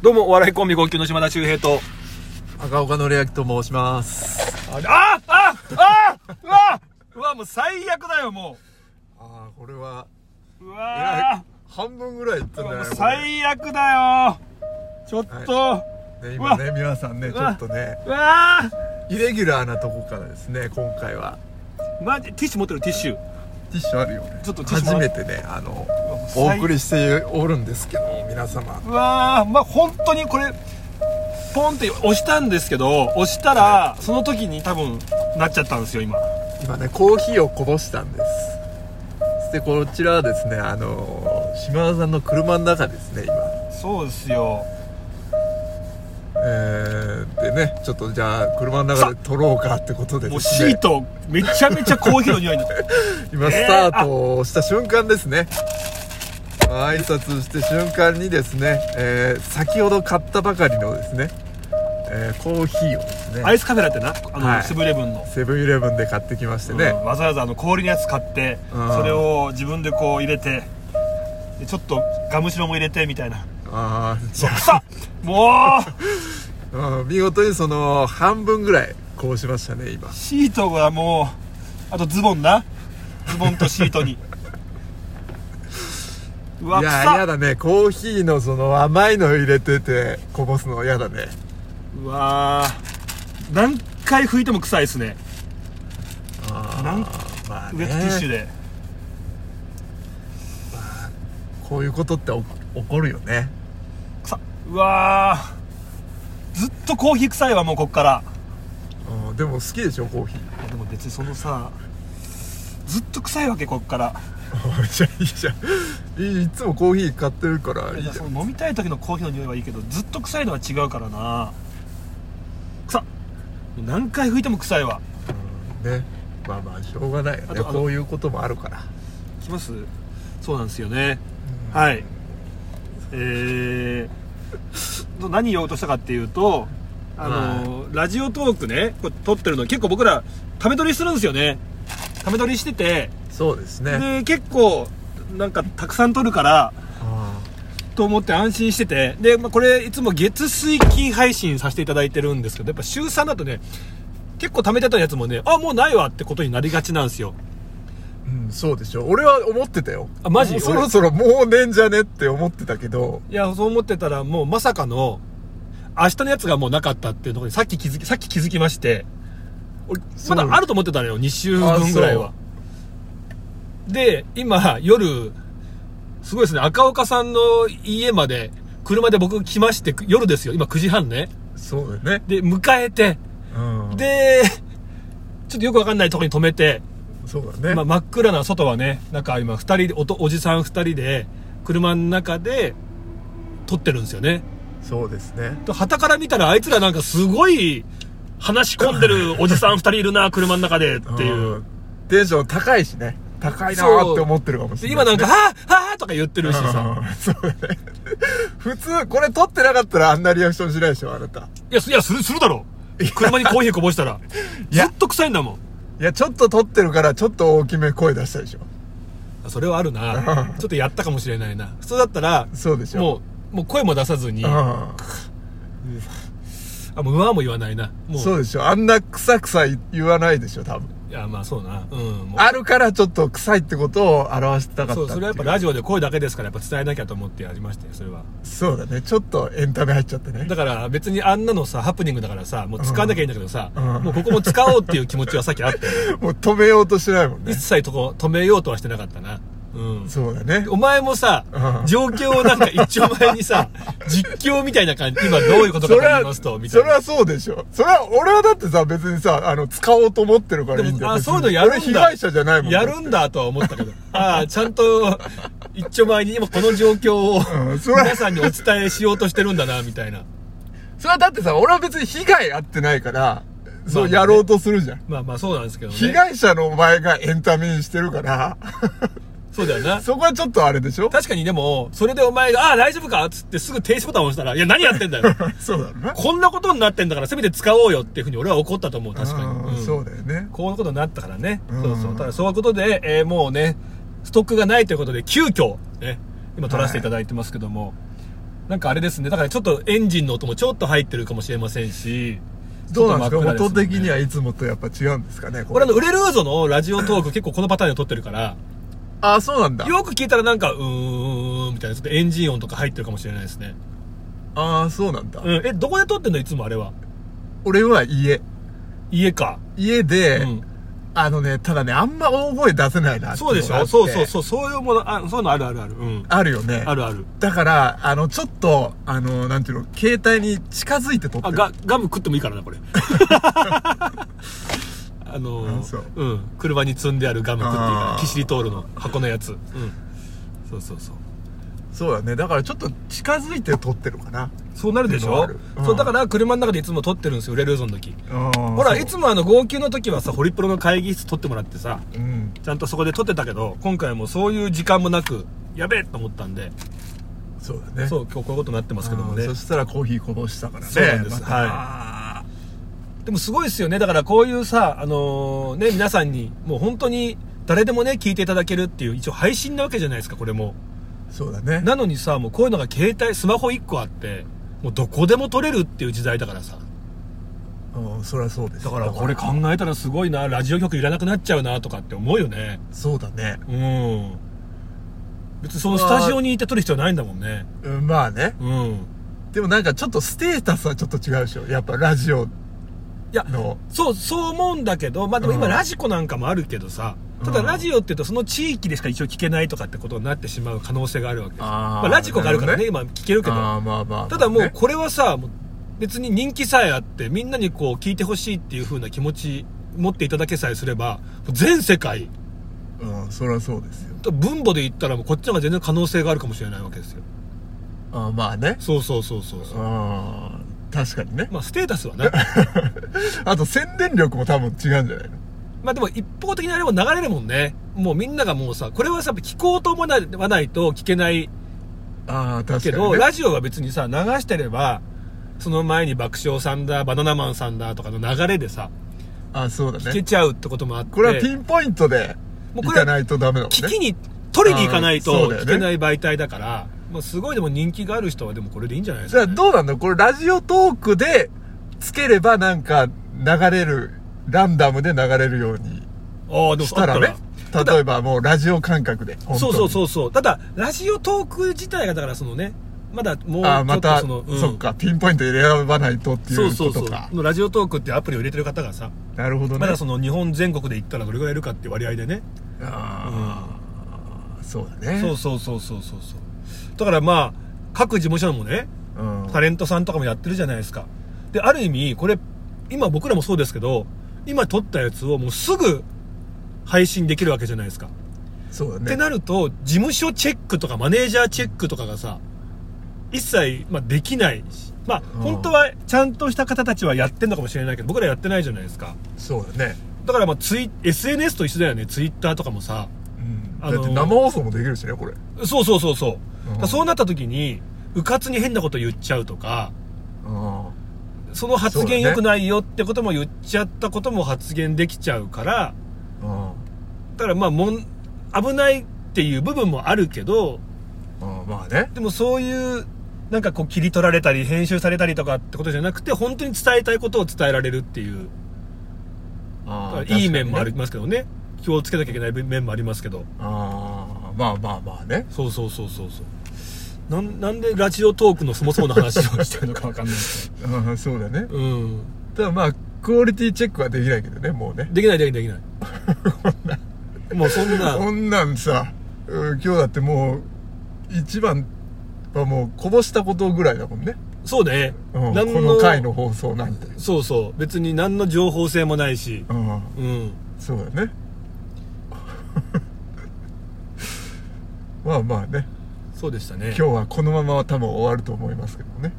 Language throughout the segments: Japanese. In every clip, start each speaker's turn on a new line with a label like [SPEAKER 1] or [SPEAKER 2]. [SPEAKER 1] どうも、お笑いコンビ号泣の島田秀平と。
[SPEAKER 2] 赤岡のりあきと申します。
[SPEAKER 1] あああああうわうわもう最悪だよ、も
[SPEAKER 2] ああ、これは、
[SPEAKER 1] う。う
[SPEAKER 2] えら
[SPEAKER 1] わ
[SPEAKER 2] い半分ぐらいいった
[SPEAKER 1] うん
[SPEAKER 2] じゃ
[SPEAKER 1] わも
[SPEAKER 2] な
[SPEAKER 1] う
[SPEAKER 2] い
[SPEAKER 1] 最悪だよちょっと、
[SPEAKER 2] これね今ね、皆さんね、
[SPEAKER 1] う
[SPEAKER 2] ちょ
[SPEAKER 1] わ
[SPEAKER 2] っとね、
[SPEAKER 1] うわあ
[SPEAKER 2] イレギュラーなとこからですね、今回は。
[SPEAKER 1] マジ、ティッシュ持ってるティッシュ。
[SPEAKER 2] ティッシュあるよね。
[SPEAKER 1] ちょっとティッシュも
[SPEAKER 2] 初
[SPEAKER 1] ら
[SPEAKER 2] め
[SPEAKER 1] って
[SPEAKER 2] ね、あの、
[SPEAKER 1] う
[SPEAKER 2] お
[SPEAKER 1] わ
[SPEAKER 2] 送りしておるんですけど、皆様。
[SPEAKER 1] うわーまあ本当にこれポンって押したんですけど押したらその時に多分なっちゃったんですよ今
[SPEAKER 2] 今ね、コーヒーをこぼしたんです。そして、こちらはですね、あの、島田さんの車の中ですね、今。
[SPEAKER 1] そうですよ
[SPEAKER 2] えー、でね、ちょっとじゃあ、車の中で撮ろうかってことで
[SPEAKER 1] もう
[SPEAKER 2] です
[SPEAKER 1] シ
[SPEAKER 2] ね
[SPEAKER 1] ートめちゃめちゃコーヒーの匂いに なって
[SPEAKER 2] 今スタートをした瞬間ですね、挨拶して瞬間にですね、えー先ほど買ったばかりのですね、えーコーヒーをです
[SPEAKER 1] ア
[SPEAKER 2] ね
[SPEAKER 1] イスカメラってなあの、
[SPEAKER 2] はい
[SPEAKER 1] セブンイレブンの、
[SPEAKER 2] セブンイレブンで買ってきましてね
[SPEAKER 1] うん、わざわざあの氷のやつ買って、
[SPEAKER 2] うん
[SPEAKER 1] それを自分でこう入れてでちょっとガムシロも入れてみたいな
[SPEAKER 2] あーじゃ
[SPEAKER 1] さもう
[SPEAKER 2] あうん見事にその半分ぐらいこうしましたね今
[SPEAKER 1] シートがもうあとズボンなズボンとシートにうわ
[SPEAKER 2] いや
[SPEAKER 1] 臭っ
[SPEAKER 2] ーやだねコーヒーのその甘いの入れててこぼすのやだね
[SPEAKER 1] うわー何回拭いても臭いですねなん
[SPEAKER 2] まあ
[SPEAKER 1] ウエ
[SPEAKER 2] ね
[SPEAKER 1] ットティッシュで
[SPEAKER 2] こういうことってお起こるよね
[SPEAKER 1] 臭っうわーずっとコーヒー臭いわもうこっから
[SPEAKER 2] うんでも好きでしょコーヒー
[SPEAKER 1] いやでも別にそのさずっと臭いわけこっから
[SPEAKER 2] あじゃ あいいじゃんいいいつもコーヒー買ってるからいい
[SPEAKER 1] い
[SPEAKER 2] じゃ
[SPEAKER 1] や
[SPEAKER 2] ん
[SPEAKER 1] その飲みたい時のコーヒーの匂いはいいけどずっと臭いのは違うからな臭っもう何回拭いても臭いわ
[SPEAKER 2] ねまあまあしょうがないよ
[SPEAKER 1] あ
[SPEAKER 2] ね
[SPEAKER 1] とあの
[SPEAKER 2] こういうこともあるから
[SPEAKER 1] きますそうなんですよねはいえー、と何言おうとしたかっていうとあの、ラジオトークねこれ撮ってるの結構僕らため撮りするんですよねため撮りしてて
[SPEAKER 2] そうですね
[SPEAKER 1] で結構なんかたくさん撮るから
[SPEAKER 2] あ
[SPEAKER 1] と思って安心しててで、まあ、これいつも月水金配信させていただいてるんですけどやっぱ週3だとね結構貯めてたやつもねあもうないわってことになりがちなんですよ
[SPEAKER 2] うんそうでしょ俺は思ってたよ
[SPEAKER 1] あマジ
[SPEAKER 2] もうそろそろもうねんじゃねって思ってたけど
[SPEAKER 1] いや、そう思ってたら、もうまさかの、明日のやつがもうなかったっていうところに、さっき気づき、さっき気づきまして、俺、
[SPEAKER 2] そ
[SPEAKER 1] ま
[SPEAKER 2] う
[SPEAKER 1] だあると思ってたのよ、2週分ぐらいは
[SPEAKER 2] あ。
[SPEAKER 1] で、今、夜、すごいですね、赤岡さんの家まで、車で僕来まして、夜ですよ、今9時半ね。
[SPEAKER 2] そうだよね
[SPEAKER 1] で、迎えて、
[SPEAKER 2] うん
[SPEAKER 1] で、ちょっとよくわかんないところに止めて、
[SPEAKER 2] そうだね、
[SPEAKER 1] まあ、真っ暗な外はねなんか今二人でおとおじさん2人で車の中で撮ってるんですよね
[SPEAKER 2] そうですね
[SPEAKER 1] はたから見たらあいつらなんかすごい話し込んで るおじさん2人いるな車の中でっていうん
[SPEAKER 2] テンション高いしね高いなーって思ってるかもし
[SPEAKER 1] で
[SPEAKER 2] れな
[SPEAKER 1] 今
[SPEAKER 2] い、ね、
[SPEAKER 1] なんか「はあはあ」とか言ってるしさ
[SPEAKER 2] うんそうだね 普通これ撮ってなかったらあんなリアクションしないでしょあなた
[SPEAKER 1] いやすいやするするだろ車にコーヒーこぼしたら
[SPEAKER 2] い
[SPEAKER 1] ず
[SPEAKER 2] や
[SPEAKER 1] っと臭いんだもん
[SPEAKER 2] いやちょっと撮ってるからちょっと大きめ声出したでしょ
[SPEAKER 1] それはあるなちょっとやったかもしれないな普通だったら
[SPEAKER 2] そうでしょ
[SPEAKER 1] もうもう声も出さずに、
[SPEAKER 2] うん
[SPEAKER 1] あもううわーも言わないなもう
[SPEAKER 2] そうでしょあんな臭臭い言わないでしょ多分
[SPEAKER 1] いやまあそうなうんもう
[SPEAKER 2] あるからちょっと臭いってことを表したかった
[SPEAKER 1] そ
[SPEAKER 2] っ
[SPEAKER 1] う
[SPEAKER 2] てい
[SPEAKER 1] それはやっぱラジオで声だけですからやっぱ伝えなきゃと思ってやりましたよそれは
[SPEAKER 2] そうだねちょっとエンタメ入っちゃってね
[SPEAKER 1] だから別にあんなのさハプニングだからさもう使わなきゃいいんだけどさ、
[SPEAKER 2] うんうん
[SPEAKER 1] もうここも使おうっていう気持ちはさっきあ って、
[SPEAKER 2] もう止めようとしないもんね
[SPEAKER 1] 一切とこ止めようとはしてなかったなうん
[SPEAKER 2] そうだね
[SPEAKER 1] お前もさ、
[SPEAKER 2] うん
[SPEAKER 1] 状況をなんか一丁前に さ実況みたいな感じ今どういうことかと言いますとみた
[SPEAKER 2] そ
[SPEAKER 1] い
[SPEAKER 2] れは
[SPEAKER 1] な
[SPEAKER 2] そうでしょそれは俺はだってさ別にさあの使おうと思ってるからいいんだ
[SPEAKER 1] で
[SPEAKER 2] よ
[SPEAKER 1] もあ
[SPEAKER 2] 別
[SPEAKER 1] そ
[SPEAKER 2] に
[SPEAKER 1] ういうのやるんだ
[SPEAKER 2] 俺被害者じゃないもん
[SPEAKER 1] やるんだとは思った けどああちゃんと一丁前に今この状況を
[SPEAKER 2] うんそれは
[SPEAKER 1] 皆さんにお伝えしようとしてるんだなみたいな
[SPEAKER 2] それはだってさ俺は別に被害あってないからそ
[SPEAKER 1] まあ
[SPEAKER 2] う
[SPEAKER 1] ね
[SPEAKER 2] やろうとするじゃん、
[SPEAKER 1] まあまあそうなんですけどね
[SPEAKER 2] 被害者のお前がエンタメにしてる から
[SPEAKER 1] そうだよな
[SPEAKER 2] そこはちょっとあれでしょ
[SPEAKER 1] 確かにでも、それでお前が、ああ、大丈夫かっつってすぐ停止ボタンを押したら、いや、何やってんだよ。
[SPEAKER 2] そうだろうな。
[SPEAKER 1] こんなことになってんだから、せめて使おうよっていうふうに俺は怒ったと思う、確か
[SPEAKER 2] うん
[SPEAKER 1] に。うん
[SPEAKER 2] そうだよね。
[SPEAKER 1] こういうことになったからね。
[SPEAKER 2] うん
[SPEAKER 1] そうそう。ただ、そういうことで、えーもうね、ストックがないということで、急遽、ね、今撮らせていただいてますけども、なんかあれですねだからちょっとエンジンの音もちょっと入ってるかもしれませんし
[SPEAKER 2] どうなんです
[SPEAKER 1] ち
[SPEAKER 2] か
[SPEAKER 1] ょっと真っ暗
[SPEAKER 2] 音
[SPEAKER 1] よね
[SPEAKER 2] 的にはいつもとやっぱ違うんですかねこ
[SPEAKER 1] 俺
[SPEAKER 2] れ
[SPEAKER 1] あの、売れるーぞのラジオトーク結構このパターンで撮ってるから、
[SPEAKER 2] ああそうなんだ
[SPEAKER 1] よく聞いたらなんか、うーん、みたいな、ちょっとエンジン音とか入ってるかもしれないですね。
[SPEAKER 2] ああそうなんだ、
[SPEAKER 1] うん。え、どこで撮ってんのいつもあれは。
[SPEAKER 2] 俺は家
[SPEAKER 1] 家か。
[SPEAKER 2] 家
[SPEAKER 1] う
[SPEAKER 2] で、
[SPEAKER 1] ん。
[SPEAKER 2] あのねただねあんま大声出せないなってい
[SPEAKER 1] そうでし
[SPEAKER 2] のがあっ
[SPEAKER 1] ょ
[SPEAKER 2] て
[SPEAKER 1] そうそうそう。そういうもの、あ、そういうのあるあるある。うん。
[SPEAKER 2] あるよね
[SPEAKER 1] あるある。
[SPEAKER 2] だからあのちょっとあのなんていうの携帯に近づいて撮って
[SPEAKER 1] あ、
[SPEAKER 2] る
[SPEAKER 1] ガ、ガム食ってもいいからな、 これ。あの
[SPEAKER 2] あそう
[SPEAKER 1] ー、うん。車に積んであるガム食っていいか
[SPEAKER 2] あ
[SPEAKER 1] ら。
[SPEAKER 2] ー
[SPEAKER 1] キシリトールの箱のやつ。うん。そうそうそう。
[SPEAKER 2] そうだねだからちょっと近づいて撮ってるかな
[SPEAKER 1] そうなるでし
[SPEAKER 2] っていうのは
[SPEAKER 1] ょ
[SPEAKER 2] あるうん
[SPEAKER 1] そう、だから車の中でいつも撮ってるんですよ、売れるーぞの時。
[SPEAKER 2] ほ
[SPEAKER 1] ほら、いつもあの、号泣の時はさ、ホリプロの会議室撮ってもらってさ、
[SPEAKER 2] うん
[SPEAKER 1] ちゃんとそこで撮ってたけど、今回もそういう時間もなく、やべえと思ったんで、
[SPEAKER 2] そうだね
[SPEAKER 1] そうう、今日こういうことになってますけどもね
[SPEAKER 2] そ。したらコーヒーこぼしたからね
[SPEAKER 1] そうなんです
[SPEAKER 2] また
[SPEAKER 1] はい
[SPEAKER 2] あ
[SPEAKER 1] でもすごいですよね。だからこういうさ、あのーね、皆さんに、もう本当に、誰でもね、聞いていただけるっていう、一応配信なわけじゃないですか、これも。
[SPEAKER 2] ーそうだね
[SPEAKER 1] なのにさ、もうこういうのが携帯、スマホ1個あって、もうどこでも撮れるっていう時代だからさ。
[SPEAKER 2] うんそりゃそうです
[SPEAKER 1] だからこれ考えたらすごいな、ラジオ局いらなくなっちゃうな、とかって思うよね。
[SPEAKER 2] そうだね
[SPEAKER 1] うん。別にそのスタジオにいて撮る必要ないんだもんね。
[SPEAKER 2] うんまあね
[SPEAKER 1] うん。
[SPEAKER 2] でもなんかちょっとステータスはちょっと違うでしょやっぱラジオ
[SPEAKER 1] いや、
[SPEAKER 2] の
[SPEAKER 1] そう、そう思うんだけど、まあでも今
[SPEAKER 2] うん
[SPEAKER 1] ラジコなんかもあるけどさ、ただ
[SPEAKER 2] うん
[SPEAKER 1] ラジオって言うとその地域でしか一応聞けないとかってことになってしまう可能性があるわけです。
[SPEAKER 2] あー
[SPEAKER 1] まあラジコがあるからね、今聞けるけど。
[SPEAKER 2] あーまあまあまあね
[SPEAKER 1] ただもうこれはさ、もう別に人気さえあって、みんなにこう聞いてほしいっていう風な気持ち持っていただけさえすれば、もう全世界、
[SPEAKER 2] うんそりゃそうですよ
[SPEAKER 1] 分母で言ったらもうこっちの方が全然可能性があるかもしれないわけですよ。
[SPEAKER 2] あーまあね
[SPEAKER 1] そうそうそうそうそう。
[SPEAKER 2] あー確かにね
[SPEAKER 1] まあステータスはね。
[SPEAKER 2] あと宣伝力も多分違うんじゃないの
[SPEAKER 1] まあでも一方的にあれも流れるもんね。もうみんながもうさ、これはさ、聞こうと思わないわないと聞けない
[SPEAKER 2] ああ確
[SPEAKER 1] け
[SPEAKER 2] か
[SPEAKER 1] ど、
[SPEAKER 2] に、ね、
[SPEAKER 1] ラジオは別にさ、流してれば、その前に爆笑さんだ、バナナマンさんだとかの流れでさ、
[SPEAKER 2] あーそうだ
[SPEAKER 1] 聞け
[SPEAKER 2] ね
[SPEAKER 1] ちゃうってこともあって、
[SPEAKER 2] これはピンポイントで
[SPEAKER 1] もうこ
[SPEAKER 2] 行
[SPEAKER 1] れ
[SPEAKER 2] か
[SPEAKER 1] は
[SPEAKER 2] ないとダメだもんね
[SPEAKER 1] 聞きに、取りに行かない
[SPEAKER 2] あーそ
[SPEAKER 1] と
[SPEAKER 2] うだよ
[SPEAKER 1] 聞
[SPEAKER 2] ね
[SPEAKER 1] けない媒体だから、まあすごいでも人気がある人はでもこれでいいんじゃないです
[SPEAKER 2] じゃ
[SPEAKER 1] か、
[SPEAKER 2] あ
[SPEAKER 1] ね。
[SPEAKER 2] どうなんだこれラジオトークでつければなんか流れる、ランダムで流れるように
[SPEAKER 1] ああ、でも
[SPEAKER 2] したら
[SPEAKER 1] あっ
[SPEAKER 2] ね。例えばもうラジオ感覚で。
[SPEAKER 1] たらそうそう
[SPEAKER 2] う。
[SPEAKER 1] そうそう。ただ、ラジオトーク自体がだからそのね、まだもう、
[SPEAKER 2] ああ、また、
[SPEAKER 1] ちょっとその、うん
[SPEAKER 2] そっか、ピンポイントで選ばないとってい
[SPEAKER 1] そう
[SPEAKER 2] う
[SPEAKER 1] そう
[SPEAKER 2] こ
[SPEAKER 1] そ
[SPEAKER 2] と
[SPEAKER 1] う。
[SPEAKER 2] か。
[SPEAKER 1] のラジオトークってアプリを入れてる方がさ、
[SPEAKER 2] なるほどね。
[SPEAKER 1] まだその日本全国で行ったらどれぐらいいるかって割合でね。
[SPEAKER 2] ああ、そうだね。
[SPEAKER 1] そうそうそうそうそうそう。だからまあ、各事務所もね、
[SPEAKER 2] うん。
[SPEAKER 1] タレントさんとかもやってるじゃないですか。で、ある意味、これ、今僕らもそうですけど、今撮ったやつをもうすぐ配信できるわけじゃないですか。
[SPEAKER 2] そうだ
[SPEAKER 1] って
[SPEAKER 2] ね。
[SPEAKER 1] なると、事務所チェックとかマネージャーチェックとかがさ、一切、まあ、できないし、まあ、
[SPEAKER 2] うん
[SPEAKER 1] 本当はちゃんとした方たちはやってんのかもしれないけど、僕らやってないじゃないですか。
[SPEAKER 2] そうだね。
[SPEAKER 1] だからまあツイ SNS と一緒だよねツイッターとかもさ
[SPEAKER 2] うん。
[SPEAKER 1] あの
[SPEAKER 2] だって生放送もできるしね、これ。
[SPEAKER 1] そうそうそうそう、
[SPEAKER 2] うん
[SPEAKER 1] だからそうなった時にうかつに変なこと言っちゃうとか
[SPEAKER 2] うん。
[SPEAKER 1] その発
[SPEAKER 2] そうだ
[SPEAKER 1] 言
[SPEAKER 2] ね
[SPEAKER 1] 良くないよってことも言っちゃったことも発言できちゃうから
[SPEAKER 2] うん。
[SPEAKER 1] だからまあもん危ないっていう部分もあるけど
[SPEAKER 2] うんまあね。
[SPEAKER 1] でもそういうなんかこう切り取られたり編集されたりとかってことじゃなくて本当に伝えたいことを伝えられるっていうだから
[SPEAKER 2] ああ
[SPEAKER 1] いい面もあ。
[SPEAKER 2] 確か
[SPEAKER 1] り
[SPEAKER 2] にね
[SPEAKER 1] ますけどね気をつけなきゃいけない面もありますけど
[SPEAKER 2] ああ、まあまあまあね。
[SPEAKER 1] そうそうそうそうそうなんなんでラジオトークのそもそもの話をしてるのかわかんないけ
[SPEAKER 2] うん、そうだね。
[SPEAKER 1] どうん
[SPEAKER 2] ただまあクオリティチェックはできないけどねもうね
[SPEAKER 1] できないできない できないもうそんな
[SPEAKER 2] こんなんさうん今日だってもう一番はもうこぼしたことぐらいだもんね、
[SPEAKER 1] そうね、
[SPEAKER 2] うん、
[SPEAKER 1] 何
[SPEAKER 2] この回の放送なんて、
[SPEAKER 1] そうそう別に何の情報性もないし
[SPEAKER 2] うん、
[SPEAKER 1] うん
[SPEAKER 2] そうだね まあまあね
[SPEAKER 1] そうでしたね
[SPEAKER 2] 今日はこのままは多分終わると思いますけどね、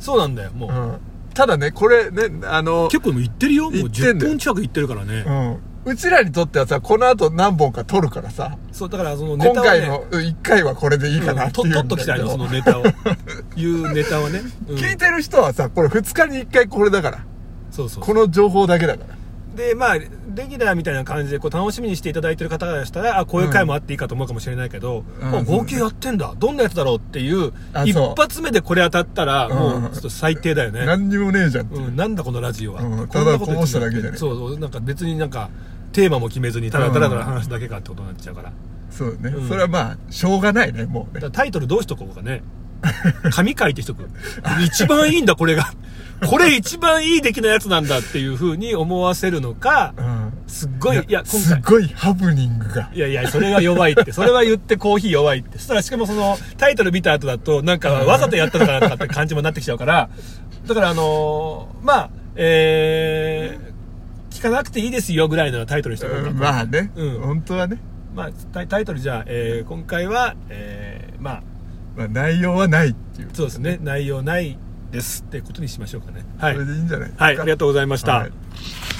[SPEAKER 1] そうなんだよもう、
[SPEAKER 2] うん、ただねこれねあの
[SPEAKER 1] 結構もう行ってるよもう
[SPEAKER 2] 行って
[SPEAKER 1] 10
[SPEAKER 2] んだよ
[SPEAKER 1] 分近く行ってるからね、
[SPEAKER 2] うんうちらにとってはさこの後何本か撮るからさ
[SPEAKER 1] そうだからそのネタ
[SPEAKER 2] 今
[SPEAKER 1] を、ね、
[SPEAKER 2] 回の1回はこれでいいかな
[SPEAKER 1] う
[SPEAKER 2] っ
[SPEAKER 1] ん
[SPEAKER 2] てい
[SPEAKER 1] と
[SPEAKER 2] うん
[SPEAKER 1] 取
[SPEAKER 2] だ
[SPEAKER 1] っ
[SPEAKER 2] け
[SPEAKER 1] ときたい
[SPEAKER 2] ど
[SPEAKER 1] のそのネ タをいうネタをね、うん
[SPEAKER 2] 聞いてる人はさこれ2日に1回これだから
[SPEAKER 1] そうそう
[SPEAKER 2] この情報だけだから
[SPEAKER 1] で、まあ、レギュラーみたいな感じで、こう、楽しみにしていただいてる方がしたら、あ、こういう回もあっていいかと思うかもしれないけど、
[SPEAKER 2] うん
[SPEAKER 1] もう
[SPEAKER 2] うん
[SPEAKER 1] 号泣やってんだ。どんなやつだろうっていう
[SPEAKER 2] あ、
[SPEAKER 1] 一
[SPEAKER 2] そう
[SPEAKER 1] 発目でこれ当たったら、
[SPEAKER 2] うん
[SPEAKER 1] もう、ちょっと最低だよね。
[SPEAKER 2] 何にもねえじゃんって、
[SPEAKER 1] うん、なんだこのラジオは。
[SPEAKER 2] うん
[SPEAKER 1] こんなこと言ってん
[SPEAKER 2] ただこぼしただけじゃね
[SPEAKER 1] そうそう、なんか別になんか、テーマも決めずに、ただただただ話すだけかってことになっちゃうから。
[SPEAKER 2] そうね、
[SPEAKER 1] うん
[SPEAKER 2] それはまあしょうがないねもう
[SPEAKER 1] だか
[SPEAKER 2] ね
[SPEAKER 1] らタイトルどうしとこうかね。紙書いてしとく。一番いいんだ、これが。これ一番いい出来のやつなんだっていうふうに思わせるのか、
[SPEAKER 2] うん
[SPEAKER 1] すっごい、いや、今
[SPEAKER 2] す
[SPEAKER 1] 回。
[SPEAKER 2] っごいハプニングが
[SPEAKER 1] いやいや、それは弱いって。それは言ってコーヒー弱いって。そしたらしかもそのタイトル見た後だと、なんかわざとやったのかなとかって感じもなってきちゃうから、だからあのーまあ、えー、聞かなくていいですよぐらいのタイトルにして
[SPEAKER 2] う
[SPEAKER 1] も
[SPEAKER 2] んまあね、
[SPEAKER 1] うん
[SPEAKER 2] 本当はね、
[SPEAKER 1] まあ、タイタイトルじゃあ、えー今回は、えー、まあ、
[SPEAKER 2] まあ、内容はないっていう
[SPEAKER 1] そうですね、内容ないですってことにしましょうかね。は
[SPEAKER 2] そ
[SPEAKER 1] い
[SPEAKER 2] れ。でいいんじゃないですか
[SPEAKER 1] はい、ありがとうございました。
[SPEAKER 2] はい